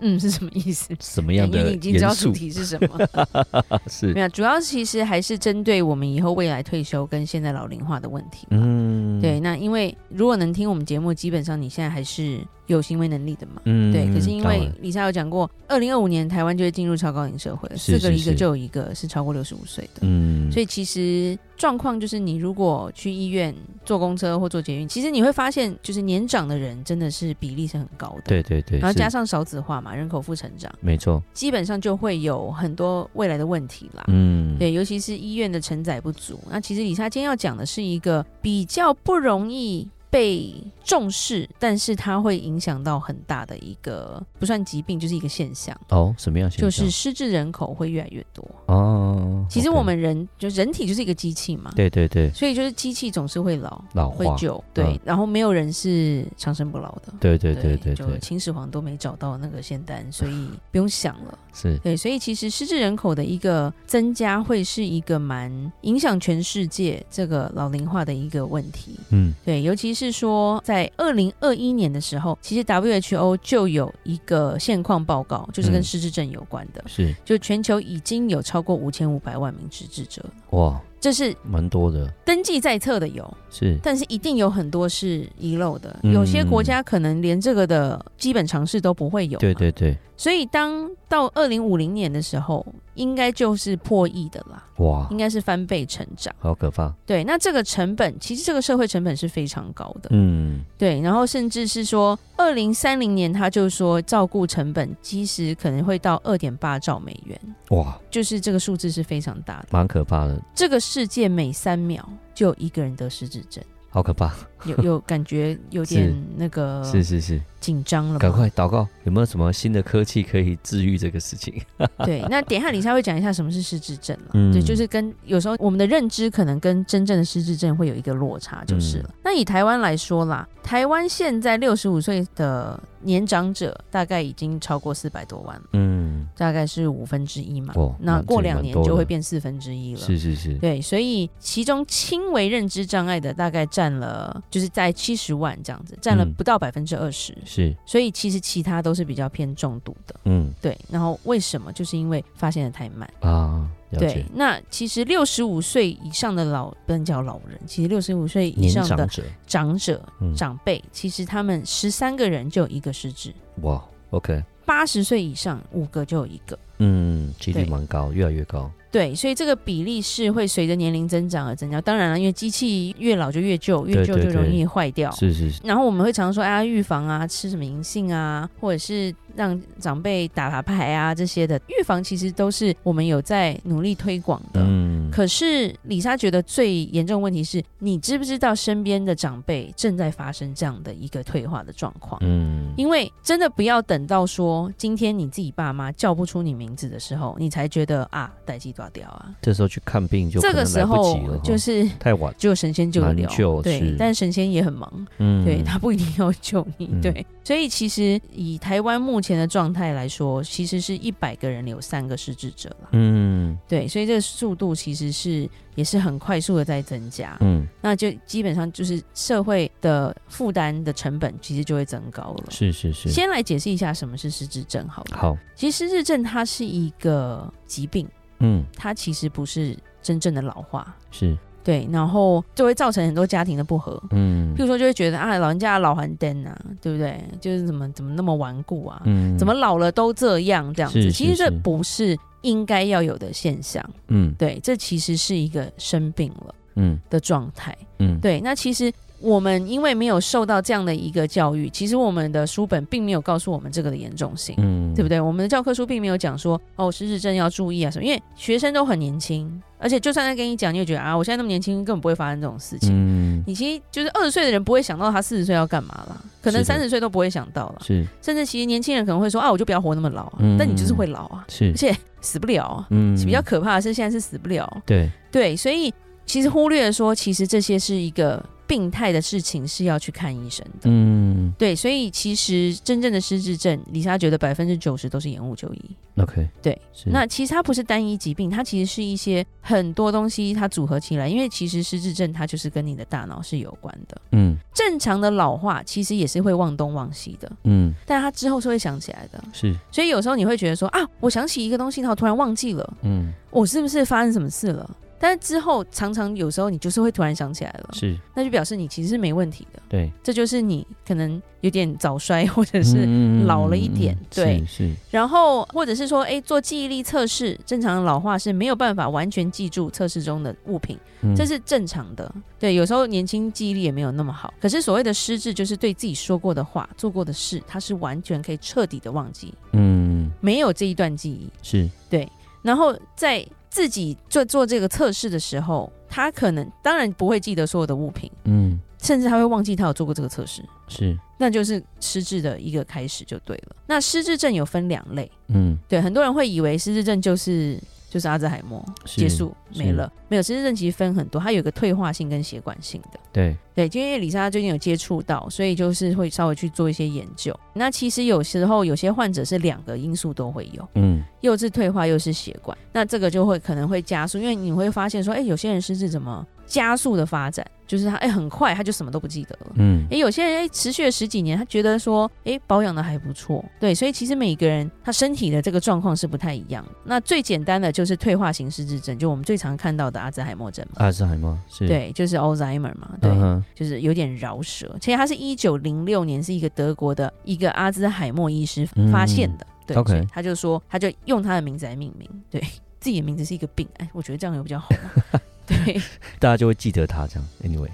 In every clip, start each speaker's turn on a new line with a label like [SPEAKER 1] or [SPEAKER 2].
[SPEAKER 1] 嗯，是什么意思？
[SPEAKER 2] 什么
[SPEAKER 1] 因
[SPEAKER 2] 样
[SPEAKER 1] 为
[SPEAKER 2] 的
[SPEAKER 1] 你已经知
[SPEAKER 2] 严
[SPEAKER 1] 道主
[SPEAKER 2] 肃？啊
[SPEAKER 1] 题是什么，
[SPEAKER 2] 是
[SPEAKER 1] 没有，主要其实还是针对我们以后未来退休跟现在老龄化的问题。
[SPEAKER 2] 嗯，
[SPEAKER 1] 对，，那因为如果能听我们节目，基本上你现在还是有行为能力的嘛。
[SPEAKER 2] 嗯
[SPEAKER 1] 对，可是因
[SPEAKER 2] 当
[SPEAKER 1] 为
[SPEAKER 2] 然
[SPEAKER 1] 李莎有讲过，二零二五年台湾就会进入超高龄社会了，
[SPEAKER 2] 是
[SPEAKER 1] 四个
[SPEAKER 2] 是
[SPEAKER 1] 里一个
[SPEAKER 2] 是
[SPEAKER 1] 就有一个是超过六十五岁的。
[SPEAKER 2] 嗯，
[SPEAKER 1] 所以其实状况就是，你如果去医院坐公车或坐捷运，其实你会发现，就是年长的人真的是比例是很高的。。
[SPEAKER 2] 对对对，
[SPEAKER 1] 然后
[SPEAKER 2] 是
[SPEAKER 1] 加上少子化嘛，人口负成长，
[SPEAKER 2] 没错，
[SPEAKER 1] 基本上就会有很多未来的问题啦。
[SPEAKER 2] 嗯，
[SPEAKER 1] 对，尤其是医院的承载不足。那其实李莎今天要讲的是一个比较不容易被重视，但是它会影响到很大的一个不算疾病，就是一个现象，
[SPEAKER 2] 哦，什么样现象？
[SPEAKER 1] 就是失智人口会越来越多。
[SPEAKER 2] 哦，
[SPEAKER 1] 其实
[SPEAKER 2] OK
[SPEAKER 1] 我们人就人体就是一个机器嘛，
[SPEAKER 2] 对对对，
[SPEAKER 1] 所以就是机器总是会老。
[SPEAKER 2] 老
[SPEAKER 1] 会
[SPEAKER 2] 化，
[SPEAKER 1] 久，对，
[SPEAKER 2] 嗯
[SPEAKER 1] 然后没有人是长生不老的，
[SPEAKER 2] 对对对对
[SPEAKER 1] 就
[SPEAKER 2] 对，
[SPEAKER 1] 秦始皇都没找到那个仙丹，所以不用想了。
[SPEAKER 2] 是
[SPEAKER 1] 对，所以其实失智人口的一个增加，会是一个蛮影响全世界这个老龄化的一个问题。
[SPEAKER 2] 嗯
[SPEAKER 1] 对，尤其是说在二零二一年的时候，其实 WHO 就有一个现况报告，就是跟
[SPEAKER 2] 嗯
[SPEAKER 1] 失智症有关的，
[SPEAKER 2] 是
[SPEAKER 1] 就全球已经有超过五千五百万名失智者，
[SPEAKER 2] 哇，
[SPEAKER 1] 这是
[SPEAKER 2] 蛮多的，
[SPEAKER 1] 登记在册的有，
[SPEAKER 2] 是
[SPEAKER 1] 但是一定有很多是遗漏的，
[SPEAKER 2] 嗯
[SPEAKER 1] 有些国家可能连这个的基本常识都不会有。
[SPEAKER 2] 对。对对，
[SPEAKER 1] 所以当到二零五零年的时候，应该就是破亿的啦，
[SPEAKER 2] 哇
[SPEAKER 1] 应，该是翻倍成长。
[SPEAKER 2] 好可怕，
[SPEAKER 1] 对，那这个成本其实这个社会成本是非常高的，
[SPEAKER 2] 嗯，
[SPEAKER 1] 对。然后甚至是说，二零三零年他就说照顾成本其实可能会到二点八兆美元，
[SPEAKER 2] 哇，
[SPEAKER 1] 就是这个数字是非常大的。
[SPEAKER 2] 蛮可怕的，
[SPEAKER 1] 这个世界每三秒就有一个人得失智症，
[SPEAKER 2] 好可怕，
[SPEAKER 1] 有有感觉有点
[SPEAKER 2] 是
[SPEAKER 1] 那个
[SPEAKER 2] 是是是，
[SPEAKER 1] 紧张了吗，
[SPEAKER 2] 赶快祷告，有没有什么新的科技可以治愈这个事情？
[SPEAKER 1] 对，那等一下李莎会讲一下什么是失智症了。
[SPEAKER 2] 嗯
[SPEAKER 1] 对，就是跟有时候我们的认知可能跟真正的失智症会有一个落差，就是
[SPEAKER 2] 嗯
[SPEAKER 1] 了。那以台湾来说啦，台湾现在六十五岁的年长者大概已经超过四百多万了，
[SPEAKER 2] 嗯，
[SPEAKER 1] 大概是五分之一嘛。
[SPEAKER 2] 哦
[SPEAKER 1] 那
[SPEAKER 2] 那
[SPEAKER 1] 过
[SPEAKER 2] 这
[SPEAKER 1] 两
[SPEAKER 2] 蛮
[SPEAKER 1] 年
[SPEAKER 2] 多
[SPEAKER 1] 就会
[SPEAKER 2] 的
[SPEAKER 1] 变四分之一了。
[SPEAKER 2] 是是是，
[SPEAKER 1] 对，所以其中轻微认知障碍的大概占了，就是在七十万这样子，占了
[SPEAKER 2] 嗯
[SPEAKER 1] 不到百分之二十。
[SPEAKER 2] 是，
[SPEAKER 1] 所以其实其他都是比较偏重度的。
[SPEAKER 2] 嗯
[SPEAKER 1] 对，然后为什么？就是因为发现的太慢。
[SPEAKER 2] 啊，了
[SPEAKER 1] 对
[SPEAKER 2] 解，，
[SPEAKER 1] 那其实六十五岁以上的老，不能叫老人，其实六十五岁以
[SPEAKER 2] 年
[SPEAKER 1] 上
[SPEAKER 2] 长
[SPEAKER 1] 的
[SPEAKER 2] 者，
[SPEAKER 1] 长者、
[SPEAKER 2] 嗯
[SPEAKER 1] 长辈，其实他们十三个人就有一个失智，
[SPEAKER 2] 哇，OK，
[SPEAKER 1] 八十岁以上五个就有一个。
[SPEAKER 2] 嗯，几率
[SPEAKER 1] 对
[SPEAKER 2] 蛮高，越来越高，
[SPEAKER 1] 对，所以这个比例是会随着年龄增长而增加。当然了，因为机器越老就越旧，越
[SPEAKER 2] 对
[SPEAKER 1] 旧
[SPEAKER 2] 对
[SPEAKER 1] 就容
[SPEAKER 2] 对
[SPEAKER 1] 易坏掉。
[SPEAKER 2] 是是是，
[SPEAKER 1] 然后我们会常说，哎、呀，预防啊，吃什么银杏啊，或者是让长辈打打牌啊这些的预防，其实都是我们有在努力推广的。
[SPEAKER 2] 嗯，
[SPEAKER 1] 可是李莎觉得最严重的问题是，你知不知道身边的长辈正在发生这样的一个退化的状况？
[SPEAKER 2] 嗯，
[SPEAKER 1] 因为真的不要等到说今天你自己爸妈叫不出你名字的时候，你才觉得啊，代际断掉啊。
[SPEAKER 2] 这时候去看病就
[SPEAKER 1] 这
[SPEAKER 2] 可
[SPEAKER 1] 个
[SPEAKER 2] 能
[SPEAKER 1] 时
[SPEAKER 2] 来不
[SPEAKER 1] 候
[SPEAKER 2] 及了哈，
[SPEAKER 1] 就是
[SPEAKER 2] 太晚，
[SPEAKER 1] 只有神仙救得
[SPEAKER 2] 蛮
[SPEAKER 1] 了，
[SPEAKER 2] 救
[SPEAKER 1] 对
[SPEAKER 2] 是，
[SPEAKER 1] 但神仙也很忙，
[SPEAKER 2] 嗯，
[SPEAKER 1] 对他不一定要救你，
[SPEAKER 2] 嗯
[SPEAKER 1] 对，所以其实以台湾目前的状态来说，其实是一百个人里有三个失智者啦，
[SPEAKER 2] 嗯
[SPEAKER 1] 对，所以这个速度其实是也是很快速的在增加，
[SPEAKER 2] 嗯，
[SPEAKER 1] 那就基本上就是社会的负担的成本其实就会增高了。
[SPEAKER 2] 是是是，
[SPEAKER 1] 先来解释一下什么是失智症好了，
[SPEAKER 2] 好，
[SPEAKER 1] 其实失智症它是一个疾病，
[SPEAKER 2] 嗯，
[SPEAKER 1] 它其实不是真正的老化，
[SPEAKER 2] 是，
[SPEAKER 1] 对，然后就会造成很多家庭的不和，
[SPEAKER 2] 嗯
[SPEAKER 1] 譬如说就会觉得啊，老人家老还灯啊，对不对？就是怎么怎么那么顽固啊，
[SPEAKER 2] 嗯，
[SPEAKER 1] 怎么老了都这样这样子。
[SPEAKER 2] 是
[SPEAKER 1] 其实
[SPEAKER 2] 是
[SPEAKER 1] 这
[SPEAKER 2] 是
[SPEAKER 1] 不是应该要有的现象，
[SPEAKER 2] 嗯
[SPEAKER 1] 对，这其实是一个生病了
[SPEAKER 2] 嗯
[SPEAKER 1] 的状态。
[SPEAKER 2] 嗯，
[SPEAKER 1] 对，那其实我们因为没有受到这样的一个教育，其实我们的书本并没有告诉我们这个的严重性。
[SPEAKER 2] 嗯，
[SPEAKER 1] 对不对？我们的教科书并没有讲说哦，失智症要注意啊什么，因为学生都很年轻，而且就算他跟你讲，你也觉得啊，我现在那么年轻，根本不会发生这种事情。
[SPEAKER 2] 嗯，
[SPEAKER 1] 你其实就是二十岁的人不会想到他四十岁要干嘛啦，可
[SPEAKER 2] 是
[SPEAKER 1] 能
[SPEAKER 2] 的
[SPEAKER 1] 三十岁都不会想到了，
[SPEAKER 2] 是
[SPEAKER 1] 甚至其实年轻人可能会说啊，我就不要活那么老、啊，
[SPEAKER 2] 嗯
[SPEAKER 1] 但你就是会老啊，
[SPEAKER 2] 是
[SPEAKER 1] 而，且死不了、啊。
[SPEAKER 2] 嗯
[SPEAKER 1] 比较可怕的是现在是死不了，啊
[SPEAKER 2] 对，
[SPEAKER 1] 对，所以其实忽略了说，其实这些是一个病态的事情，是要去看医生的。
[SPEAKER 2] 嗯
[SPEAKER 1] 对，所以其实真正的失智症，李莎觉得百分之九十都是延误就医。
[SPEAKER 2] ，OK，
[SPEAKER 1] 对，
[SPEAKER 2] 是
[SPEAKER 1] 那其实它不是单一疾病，它其实是一些很多东西它组合起来，因为其实失智症它就是跟你的大脑是有关的。
[SPEAKER 2] 嗯
[SPEAKER 1] 正常的老化其实也是会忘东忘西的，
[SPEAKER 2] 嗯
[SPEAKER 1] 但它之后是会想起来的。
[SPEAKER 2] 是，
[SPEAKER 1] 所以有时候你会觉得说啊，我想起一个东西，然后我突然忘记了，
[SPEAKER 2] 嗯
[SPEAKER 1] 我是不是发生什么事了？但是之后常常有时候你就是会突然想起来了，
[SPEAKER 2] 是，
[SPEAKER 1] 那就表示你其实是没问题的，
[SPEAKER 2] 对，
[SPEAKER 1] 这就是你可能有点早衰或者嗯是
[SPEAKER 2] 是
[SPEAKER 1] 老了一点对
[SPEAKER 2] 嗯是是
[SPEAKER 1] 然后或者是说，哎，做记忆力测试，正常老化是没有办法完全记住测试中的物品，
[SPEAKER 2] 嗯
[SPEAKER 1] 这是正常的。对，有时候年轻记忆力也没有那么好。可是所谓的失智，就是对自己说过的话、做过的事，他是完全可以彻底的忘记，
[SPEAKER 2] 嗯
[SPEAKER 1] 没有这一段记忆。
[SPEAKER 2] 是，
[SPEAKER 1] 然后在自己做做这个测试的时候，他可能当然不会记得所有的物品，
[SPEAKER 2] 嗯
[SPEAKER 1] 甚至他会忘记他有做过这个测试，
[SPEAKER 2] 是，
[SPEAKER 1] 那就是失智的一个开始就对了。那失智症有分两类。
[SPEAKER 2] 嗯
[SPEAKER 1] 对，很多人会以为失智症就是就是阿兹海默
[SPEAKER 2] 是
[SPEAKER 1] 结束没
[SPEAKER 2] 是
[SPEAKER 1] 了，没有失智症其实分很多，它有一个退化性跟血管性的。
[SPEAKER 2] 对，
[SPEAKER 1] 对，就因为李莎最近有接触到，所以就是会稍微去做一些研究。那其实有时候有些患者是两个因素都会有，
[SPEAKER 2] 嗯
[SPEAKER 1] 又是退化又是血管，那这个就会可能会加速，因为你会发现说，哎，有些人失智怎么加速的发展，就是他哎很快他就什么都不记得了。
[SPEAKER 2] 嗯
[SPEAKER 1] 诶，有些人诶哎持续了十几年，他觉得说，诶，保养的还不错，对，所以其实每个人他身体的这个状况是不太一样的。那最简单的就是退化型失智症，就我们最常看到的阿兹海默症嘛，
[SPEAKER 2] 阿兹海默是，
[SPEAKER 1] 对，就是 Alzheimer 嘛，对，
[SPEAKER 2] 嗯哼
[SPEAKER 1] 就是有点饶舌。其实它是一九零六年是一个德国的一个阿兹海默医师
[SPEAKER 2] 嗯
[SPEAKER 1] 发现的，对
[SPEAKER 2] OK
[SPEAKER 1] 所以他就说，他就用他的名字来命名，对自己的名字是一个病，哎，我觉得这样有比较好嘛， 对。
[SPEAKER 2] 大家就会记得他这样。Anyway，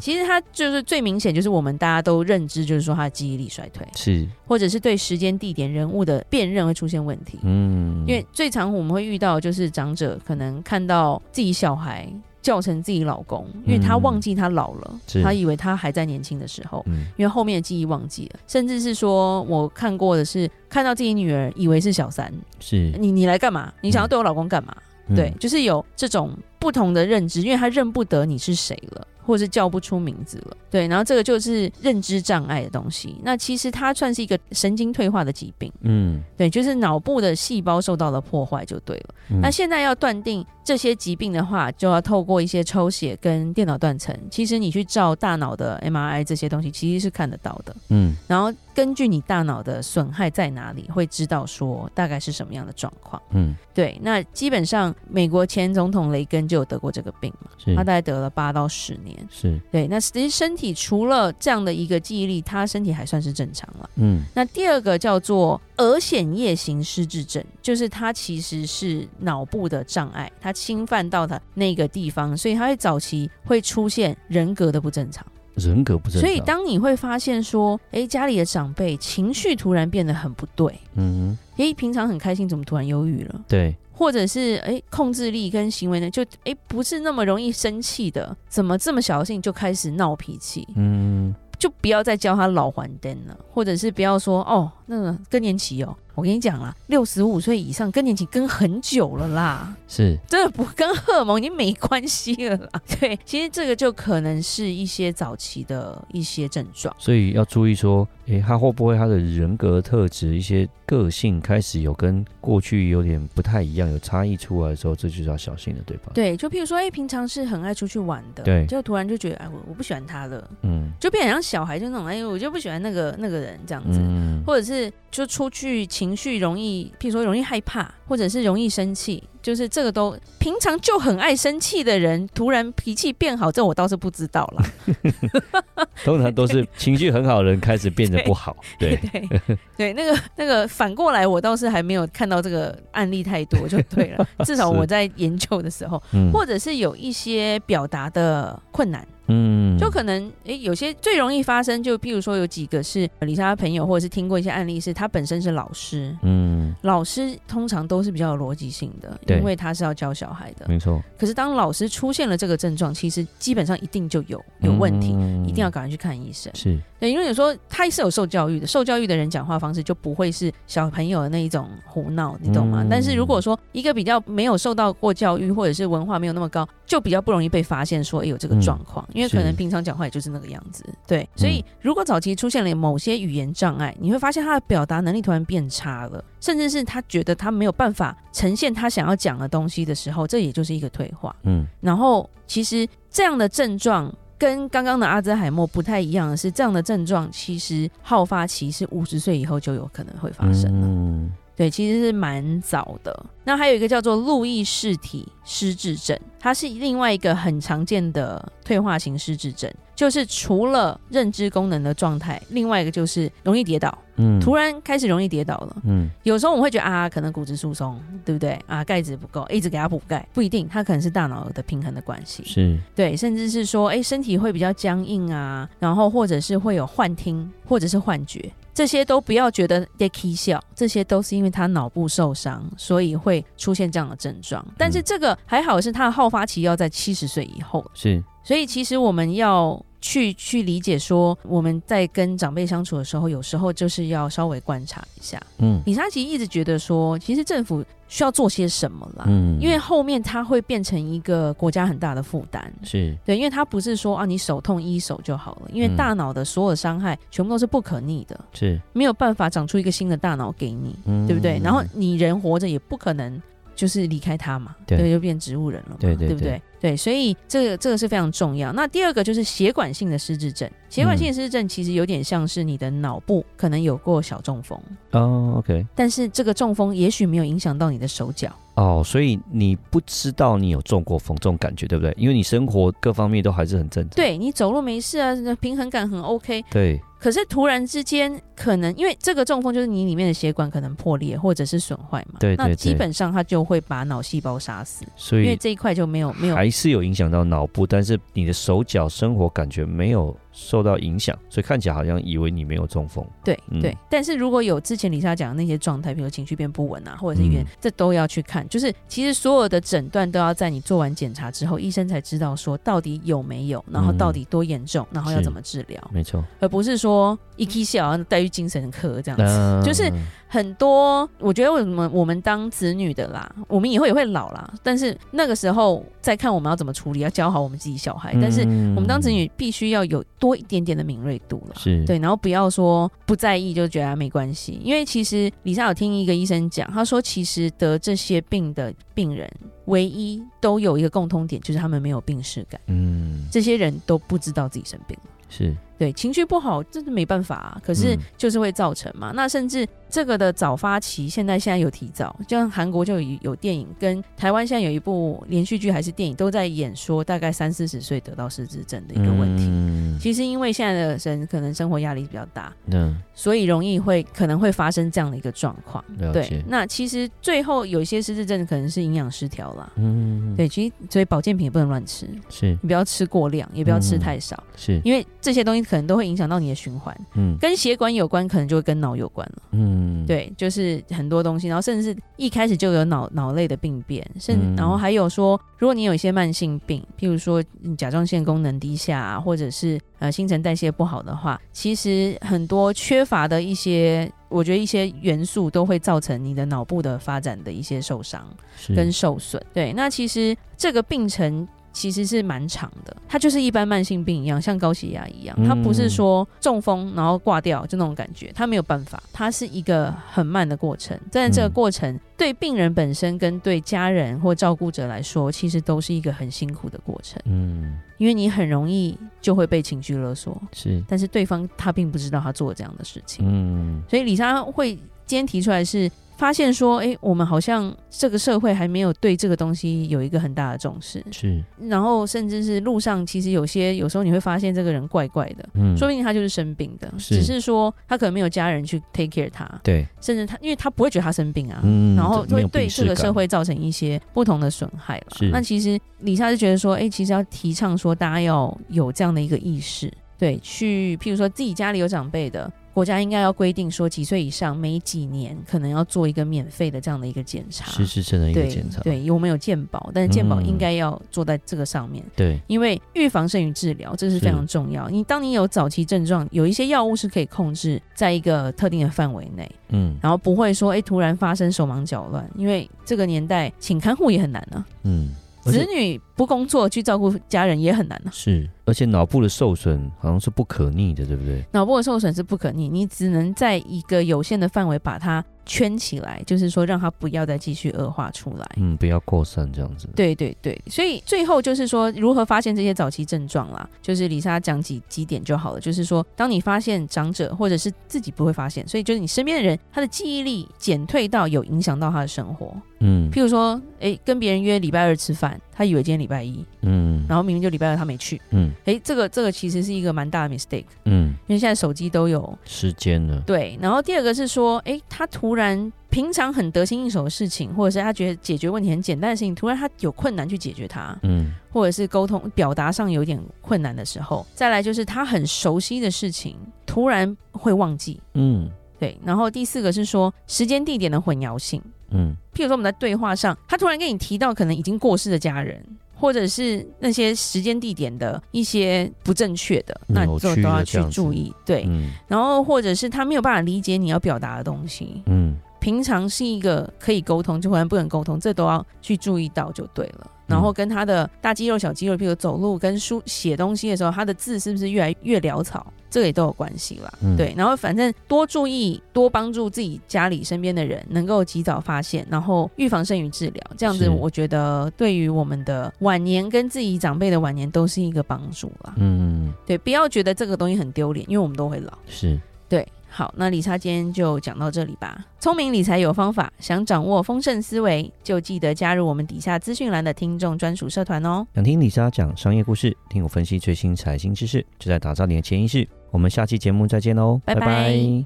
[SPEAKER 1] 其实它就是最明显，就是我们大家都认知，就是说它的记忆力衰退，
[SPEAKER 2] 是，
[SPEAKER 1] 或者是对时间、地点、人物的辨认会出现问题。
[SPEAKER 2] 嗯，
[SPEAKER 1] 因为最常我们会遇到的就是长者可能看到自己小孩叫成自己老公，因为他
[SPEAKER 2] 嗯
[SPEAKER 1] 忘记他老了，
[SPEAKER 2] 是
[SPEAKER 1] 他以为他还在年轻的时候。
[SPEAKER 2] 嗯
[SPEAKER 1] 因为后面的记忆忘记了，甚至是说我看过的是看到自己女儿以为是小三，
[SPEAKER 2] 是，
[SPEAKER 1] 你你来干嘛？你想要对我老公干嘛？
[SPEAKER 2] 嗯
[SPEAKER 1] 对，，就是有这种不同的认知，因为他认不得你是谁了，或是叫不出名字了。对，然后这个就是认知障碍的东西。那其实它算是一个神经退化的疾病，
[SPEAKER 2] 嗯，
[SPEAKER 1] 对，就是脑部的细胞受到了破坏就对了。
[SPEAKER 2] 嗯
[SPEAKER 1] 那现在要断定这些疾病的话，就要透过一些抽血跟电脑断层。其实你去照大脑的 MRI 这些东西，其实是看得到的。
[SPEAKER 2] 嗯
[SPEAKER 1] 然后根据你大脑的损害在哪里，会知道说大概是什么样的状况。
[SPEAKER 2] 嗯
[SPEAKER 1] 对，那基本上美国前总统雷根就有得过这个病嘛，
[SPEAKER 2] 嗯是
[SPEAKER 1] 他大概得了八到十年。
[SPEAKER 2] 是，
[SPEAKER 1] 对，那其实身体除了这样的一个记忆力，他身体还算是正常了。
[SPEAKER 2] 嗯
[SPEAKER 1] 那第二个叫做额显叶型失智症，就是它其实是脑部的障碍，它侵犯到它那个地方，所以它会早期会出现人格的不正常。
[SPEAKER 2] 人格不正常，
[SPEAKER 1] 所以当你会发现说，诶，家里的长辈情绪突然变得很不对，
[SPEAKER 2] 嗯哼
[SPEAKER 1] 诶，平常很开心，怎么突然忧郁了？
[SPEAKER 2] 对
[SPEAKER 1] 或者是哎、诶控制力跟行为呢，就哎、诶不是那么容易生气的，怎么这么小的事情就开始闹脾气？
[SPEAKER 2] 嗯
[SPEAKER 1] 就不要再教他老还灯了，或者是不要说哦，那个更年期哦，我跟你讲啦，六十五岁以上更年期跟很久了啦，
[SPEAKER 2] 是
[SPEAKER 1] 真的不跟荷尔蒙已经没关系了啦。对，其实这个就可能是一些早期的一些症状。
[SPEAKER 2] 所以要注意说，诶、他会不会他的人格特质、一些个性开始有跟过去有点不太一样，有差异出来的时候，这就是要小心的，对吧？，
[SPEAKER 1] 对，就譬如说，哎、平常是很爱出去玩的，
[SPEAKER 2] 对
[SPEAKER 1] 就突然就觉得，哎，我我不喜欢他了，
[SPEAKER 2] 嗯
[SPEAKER 1] 就变得像小孩，就那种，哎，我就不喜欢那个那个人这样子。
[SPEAKER 2] 嗯，
[SPEAKER 1] 或者是就出去情绪容易，譬如说容易害怕，或者是容易生气，就是这个都平常就很爱生气的人，突然脾气变好，这我倒是不知道啦。
[SPEAKER 2] 通常都是情绪很好的人开始变得不好，对，
[SPEAKER 1] 对对，那个那个反过来，我倒是还没有看到这个案例太多，就对 了。至少
[SPEAKER 2] 是
[SPEAKER 1] 我在研究的时候，
[SPEAKER 2] 嗯
[SPEAKER 1] 或者是有一些表达的困难，
[SPEAKER 2] 嗯，
[SPEAKER 1] 就可能诶、有些最容易发生，就譬如说有几个是呃李莎的朋友，或者是听过一些案例是，他本身是老师，
[SPEAKER 2] 嗯，
[SPEAKER 1] 老师通常都是比较有逻辑性的，
[SPEAKER 2] 对
[SPEAKER 1] 因为他是要教小孩的。
[SPEAKER 2] 没错，
[SPEAKER 1] 可是当老师出现了这个症状，其实基本上一定就有有问题，
[SPEAKER 2] 嗯
[SPEAKER 1] 一定要赶快去看医生。
[SPEAKER 2] 是，
[SPEAKER 1] 对，因为有时候他是有受教育的，受教育的人讲话方式就不会是小朋友的那一种胡闹，你懂吗？
[SPEAKER 2] 嗯
[SPEAKER 1] 但是如果说一个比较没有受到过教育，或者是文化没有那么高，就比较不容易被发现说哎有这个状况，因为可能
[SPEAKER 2] 嗯是嗯
[SPEAKER 1] 平常讲话也就是那个样子。对，所以如果早期出现了某些语言障碍，你会发现他的表达能力突然变差了，甚至是他觉得他没有办法呈现他想要讲的东西的时候，这也就是一个退化。
[SPEAKER 2] 嗯
[SPEAKER 1] 然后其实这样的症状跟刚刚的阿兹海默不太一样的是，这样的症状其实好发期是五十岁以后就有可能会发生了。
[SPEAKER 2] 嗯
[SPEAKER 1] 对，其实是蛮早的。那还有一个叫做路易氏体失智症，它是另外一个很常见的退化型失智症，就是除了认知功能的状态，另外一个就是容易跌倒，
[SPEAKER 2] 嗯，
[SPEAKER 1] 突然开始容易跌倒了。
[SPEAKER 2] 嗯
[SPEAKER 1] 有时候我们会觉得啊，可能骨质疏松，对不对啊？钙质不够，一直给它补钙，不一定，它可能是大脑的平衡的关系。
[SPEAKER 2] 是，
[SPEAKER 1] 对，甚至是说，哎，身体会比较僵硬啊，然后或者是会有幻听，或者是幻觉，这些都不要觉得在 k 笑，这些都是因为他脑部受伤，所以会出现这样的症状。但是这个还好是他的好发期要在七十岁以后，
[SPEAKER 2] 是，
[SPEAKER 1] 所以其实我们要。去去理解说，我们在跟长辈相处的时候，有时候就是要稍微观察一下。
[SPEAKER 2] 嗯
[SPEAKER 1] 李莎其实一直觉得说，其实政府需要做些什么啦，
[SPEAKER 2] 嗯，
[SPEAKER 1] 啊因为后面它会变成一个国家很大的负担。
[SPEAKER 2] 嗯是，
[SPEAKER 1] 对，因为它不是说啊，你手痛医手就好了，因为
[SPEAKER 2] 嗯
[SPEAKER 1] 大脑的所有伤害全部都是不可逆的，
[SPEAKER 2] 是，
[SPEAKER 1] 没有办法长出一个新的大脑给你，
[SPEAKER 2] 嗯
[SPEAKER 1] 对不对？然后你人活着也不可能就是离开它嘛，
[SPEAKER 2] 对
[SPEAKER 1] 就变植物人了嘛，
[SPEAKER 2] 对对
[SPEAKER 1] 不对？对，所以这个这个是非常重要。那第二个就是血管性的失智症，血管性
[SPEAKER 2] 嗯
[SPEAKER 1] 的失智症其实有点像是你的脑部可能有过小中风，
[SPEAKER 2] 哦，OK，
[SPEAKER 1] 但是这个中风也许没有影响到你的手脚。
[SPEAKER 2] 哦，所以你不知道你有中过风这种感觉，对不对？因为你生活各方面都还是很正常。
[SPEAKER 1] 对你走路没事啊，平衡感很 OK。
[SPEAKER 2] 对，
[SPEAKER 1] 可是突然之间，可能因为这个中风就是你里面的血管可能破裂或者是损坏嘛，
[SPEAKER 2] 对对
[SPEAKER 1] 那基
[SPEAKER 2] 对
[SPEAKER 1] 本上它就会把脑细胞杀死，
[SPEAKER 2] 所
[SPEAKER 1] 因为
[SPEAKER 2] 以
[SPEAKER 1] 这一块就没有没有
[SPEAKER 2] 还是有影响到脑部，但是你的手脚生活感觉没有受到影响，所以看起来好像以为你没有中风。
[SPEAKER 1] 对
[SPEAKER 2] 嗯
[SPEAKER 1] 对。但是如果有之前李莎讲的那些状态，比如情绪变不稳啊，或者是语言，
[SPEAKER 2] 嗯
[SPEAKER 1] 这都要去看。就是其实所有的诊断都要在你做完检查之后，医生才知道说到底有没有，然后
[SPEAKER 2] 嗯
[SPEAKER 1] 到底多严重，然后要
[SPEAKER 2] 是
[SPEAKER 1] 怎么治疗，
[SPEAKER 2] 没错，
[SPEAKER 1] 而不是说一起笑带去精神科这样子。
[SPEAKER 2] 那
[SPEAKER 1] 就是很多，我觉得我们我们当子女的啦，我们以后也会老啦，但是那个时候再看我们要怎么处理，要教好我们自己小孩。哎但是
[SPEAKER 2] 我
[SPEAKER 1] 我们当子女必须要有多一点点的敏锐度了。
[SPEAKER 2] 是，
[SPEAKER 1] 对，然后不要说不在意就觉得、啊、没关系，因为其实李莎有听一个医生讲，他说其实得这些病的病人，唯一都有一个共通点，就是他们没有病耻感，
[SPEAKER 2] 嗯，
[SPEAKER 1] 这些人都不知道自己生病。
[SPEAKER 2] 是，
[SPEAKER 1] 对，情绪不好，这是没办法、啊，可是
[SPEAKER 2] 嗯
[SPEAKER 1] 就是会造成嘛。那甚至这个的早发期，现在现在有提早，就像韩国就有有电影，跟台湾现在有一部连续剧还是电影，都在演说大概三四十岁得到失智症的一个问题。
[SPEAKER 2] 嗯，
[SPEAKER 1] 其实因为现在的人可能生活压力比较大，
[SPEAKER 2] 那
[SPEAKER 1] 所以容易会可能会发生这样的一个状况。
[SPEAKER 2] 了
[SPEAKER 1] 对
[SPEAKER 2] 解，，
[SPEAKER 1] 那其实最后有一些失智症可能是营养失调啦。
[SPEAKER 2] 嗯，
[SPEAKER 1] 对，其实所以保健品也不能乱吃，
[SPEAKER 2] 是
[SPEAKER 1] 你不要吃过量，也不要
[SPEAKER 2] 嗯
[SPEAKER 1] 吃太少。
[SPEAKER 2] 是，
[SPEAKER 1] 因为这些东西可能都会影响到你的循环，
[SPEAKER 2] 嗯
[SPEAKER 1] 跟血管有关，可能就会跟脑有关了。
[SPEAKER 2] 嗯，，
[SPEAKER 1] 对，就是很多东西，然后甚至一开始就有脑脑类的病变，甚
[SPEAKER 2] 嗯
[SPEAKER 1] 然后还有说，如果你有一些慢性病，譬如说你甲状腺功能低下、啊，或者是呃新陈代谢不好的话，其实很多缺乏的一些，我觉得一些元素都会造成你的脑部的发展的一些受伤。
[SPEAKER 2] 是
[SPEAKER 1] 跟受损。对，那其实这个病程其实是蛮长的，它就是一般慢性病一样，像高血压一样，它不是
[SPEAKER 2] 嗯
[SPEAKER 1] 说中风然后挂掉就那种感觉，它没有办法，它是一个很慢的过程。但这个
[SPEAKER 2] 嗯
[SPEAKER 1] 过程对病人本身跟对家人或照顾者来说，其实都是一个很辛苦的过程，
[SPEAKER 2] 嗯
[SPEAKER 1] 因为你很容易就会被情绪勒索，
[SPEAKER 2] 是，
[SPEAKER 1] 但是对方他并不知道他做了这样的事情。
[SPEAKER 2] 嗯
[SPEAKER 1] 所以李莎会今天提出来是发现说，哎，我们好像这个社会还没有对这个东西有一个很大的重视，
[SPEAKER 2] 是，
[SPEAKER 1] 然后甚至是路上，其实有些有时候你会发现这个人怪怪的，
[SPEAKER 2] 嗯，
[SPEAKER 1] 说不定他就是生病的，
[SPEAKER 2] 是
[SPEAKER 1] 只是说他可能没有家人去 take care 他，
[SPEAKER 2] 对，
[SPEAKER 1] 甚至他因为他不会觉得他生病啊，
[SPEAKER 2] 嗯
[SPEAKER 1] 然后
[SPEAKER 2] 这没
[SPEAKER 1] 会
[SPEAKER 2] 有
[SPEAKER 1] 对
[SPEAKER 2] 病
[SPEAKER 1] 这
[SPEAKER 2] 耻
[SPEAKER 1] 个
[SPEAKER 2] 感
[SPEAKER 1] 社会造成一些不同的损害了
[SPEAKER 2] 是。
[SPEAKER 1] 那其实李莎是觉得说，哎、其实要提倡说大家要有这样的一个意识，对，去譬如说自己家里有长辈的。国家应该要规定说，几岁以上每几年可能要做一个免费的这样的一个检查，
[SPEAKER 2] 实质性的一个
[SPEAKER 1] 对
[SPEAKER 2] 检查，
[SPEAKER 1] 对，我们有健保，但是健保
[SPEAKER 2] 嗯
[SPEAKER 1] 应该要做在这个上面，
[SPEAKER 2] 对
[SPEAKER 1] 因为预防胜于治疗，这是
[SPEAKER 2] 是
[SPEAKER 1] 非常重要。你当你有早期症状，有一些药物是可以控制在一个特定的范围内，
[SPEAKER 2] 嗯
[SPEAKER 1] 然后不会说哎、诶突然发生手忙脚乱，因为这个年代请看护也很难啊，
[SPEAKER 2] 嗯，而
[SPEAKER 1] 子
[SPEAKER 2] 且
[SPEAKER 1] 女不工作去照顾家人也很难啊。
[SPEAKER 2] 是，而且脑部的受损好像是不可逆的，对不对？
[SPEAKER 1] 脑部的受损是不可逆，你只能在一个有限的范围把它圈起来，就是说让它不要再继续恶化出来。
[SPEAKER 2] 嗯，不要扩散这样子，
[SPEAKER 1] 对对对，所以最后就是说，如何发现这些早期症状啦，就是李莎讲几几点就好了。就是说，当你发现长者或者是自己不会发现，所以就是你身边的人，他的记忆力减退到有影响到他的生活。
[SPEAKER 2] 嗯
[SPEAKER 1] 譬如说，诶，跟别人约礼拜二吃饭，他以为今天礼拜一，
[SPEAKER 2] 嗯
[SPEAKER 1] 然后明明就礼拜二他没去。
[SPEAKER 2] 嗯
[SPEAKER 1] 诶，这个这个其实是一个蛮大的 mistake，
[SPEAKER 2] 嗯，
[SPEAKER 1] 因为现在手机都有
[SPEAKER 2] 时间呢？
[SPEAKER 1] 对，然后第二个是说，诶，他突然平常很得心应手的事情，或者是他觉得解决问题很简单的事情，突然他有困难去解决它，
[SPEAKER 2] 嗯
[SPEAKER 1] 或者是沟通表达上有点困难的时候，再来就是他很熟悉的事情突然会忘记，
[SPEAKER 2] 嗯
[SPEAKER 1] 对，然后第四个是说时间地点的混淆性，
[SPEAKER 2] 嗯
[SPEAKER 1] 譬如说我们在对话上，他突然跟你提到可能已经过世的家人。或者是那些时间地点的一些不正确的，那你
[SPEAKER 2] 扭
[SPEAKER 1] 就
[SPEAKER 2] 曲
[SPEAKER 1] 都
[SPEAKER 2] 的
[SPEAKER 1] 要
[SPEAKER 2] 这
[SPEAKER 1] 去
[SPEAKER 2] 样
[SPEAKER 1] 注
[SPEAKER 2] 子
[SPEAKER 1] 意。对，
[SPEAKER 2] 嗯
[SPEAKER 1] 然后或者是他没有办法理解你要表达的东西，
[SPEAKER 2] 嗯
[SPEAKER 1] 平常是一个可以沟通，就忽然不能沟通，这都要去注意到就对了。
[SPEAKER 2] 嗯
[SPEAKER 1] 然后跟他的大肌肉、小肌肉，譬如走路跟书写东西的时候，他的字是不是越来越潦草，这个也都有关系啦。
[SPEAKER 2] 嗯
[SPEAKER 1] 对，然后反正多注意，多帮助自己家里身边的人，能够及早发现，然后预防胜于治疗。这样子，
[SPEAKER 2] 是
[SPEAKER 1] 我觉得对于我们的晚年跟自己长辈的晚年都是一个帮助啦。
[SPEAKER 2] 嗯，
[SPEAKER 1] 对，不要觉得这个东西很丢脸，因为我们都会老。
[SPEAKER 2] 是，
[SPEAKER 1] 对，好，那理查今天就讲到这里吧。聪明理财有方法，想掌握丰盛思维，就记得加入我们底下资讯栏的听众专属社团哦。
[SPEAKER 2] 想听李莎讲商业故事，听我分析最新财经知识，就在打造你的潜意识。我们下期节目再见喽，
[SPEAKER 1] 拜拜